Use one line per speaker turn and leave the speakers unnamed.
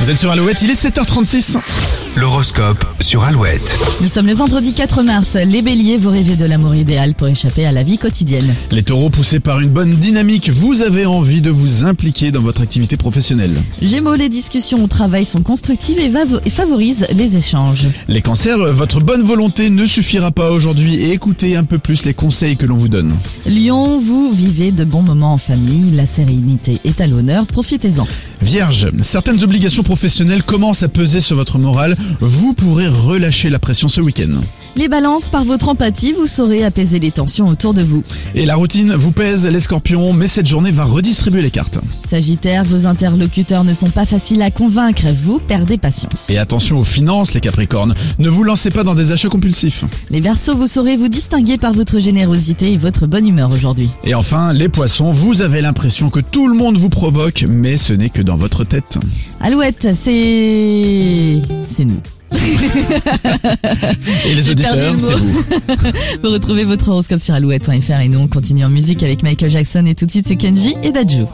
Vous êtes sur Alouette, il est 7h36.
L'horoscope sur Alouette.
Nous sommes le vendredi 4 mars. Les béliers, vous rêvez de l'amour idéal pour échapper à la vie quotidienne.
Les taureaux poussés par une bonne dynamique, vous avez envie de vous impliquer dans votre activité professionnelle.
Gémeaux, les discussions au travail sont constructives et, vavo- et favorisent les échanges.
Les cancers, votre bonne volonté ne suffira pas aujourd'hui et écoutez un peu plus les conseils que l'on vous donne.
Lion, vous vivez de bons moments en famille. La sérénité est à l'honneur. Profitez-en.
Vierge, certaines obligations professionnelles commencent à peser sur votre morale, vous pourrez relâcher la pression ce week-end.
Les balances, par votre empathie, vous saurez apaiser les tensions autour de vous.
Et la routine vous pèse les scorpions, mais cette journée va redistribuer les cartes.
Sagittaire, vos interlocuteurs ne sont pas faciles à convaincre. Vous perdez patience.
Et attention aux finances les capricornes, ne vous lancez pas dans des achats compulsifs.
Les Verseaux, vous saurez vous distinguer par votre générosité et votre bonne humeur aujourd'hui.
Et enfin, les poissons, vous avez l'impression que tout le monde vous provoque, mais ce n'est que dans votre tête.
Alouette, c'est... c'est nous.
Et les
J'ai perdu
auditeurs,
le
c'est
mot.
vous.
Vous retrouvez votre horoscope sur alouette.fr et nous on continue en musique avec Michael Jackson et tout de suite c'est Kenji et Dadju.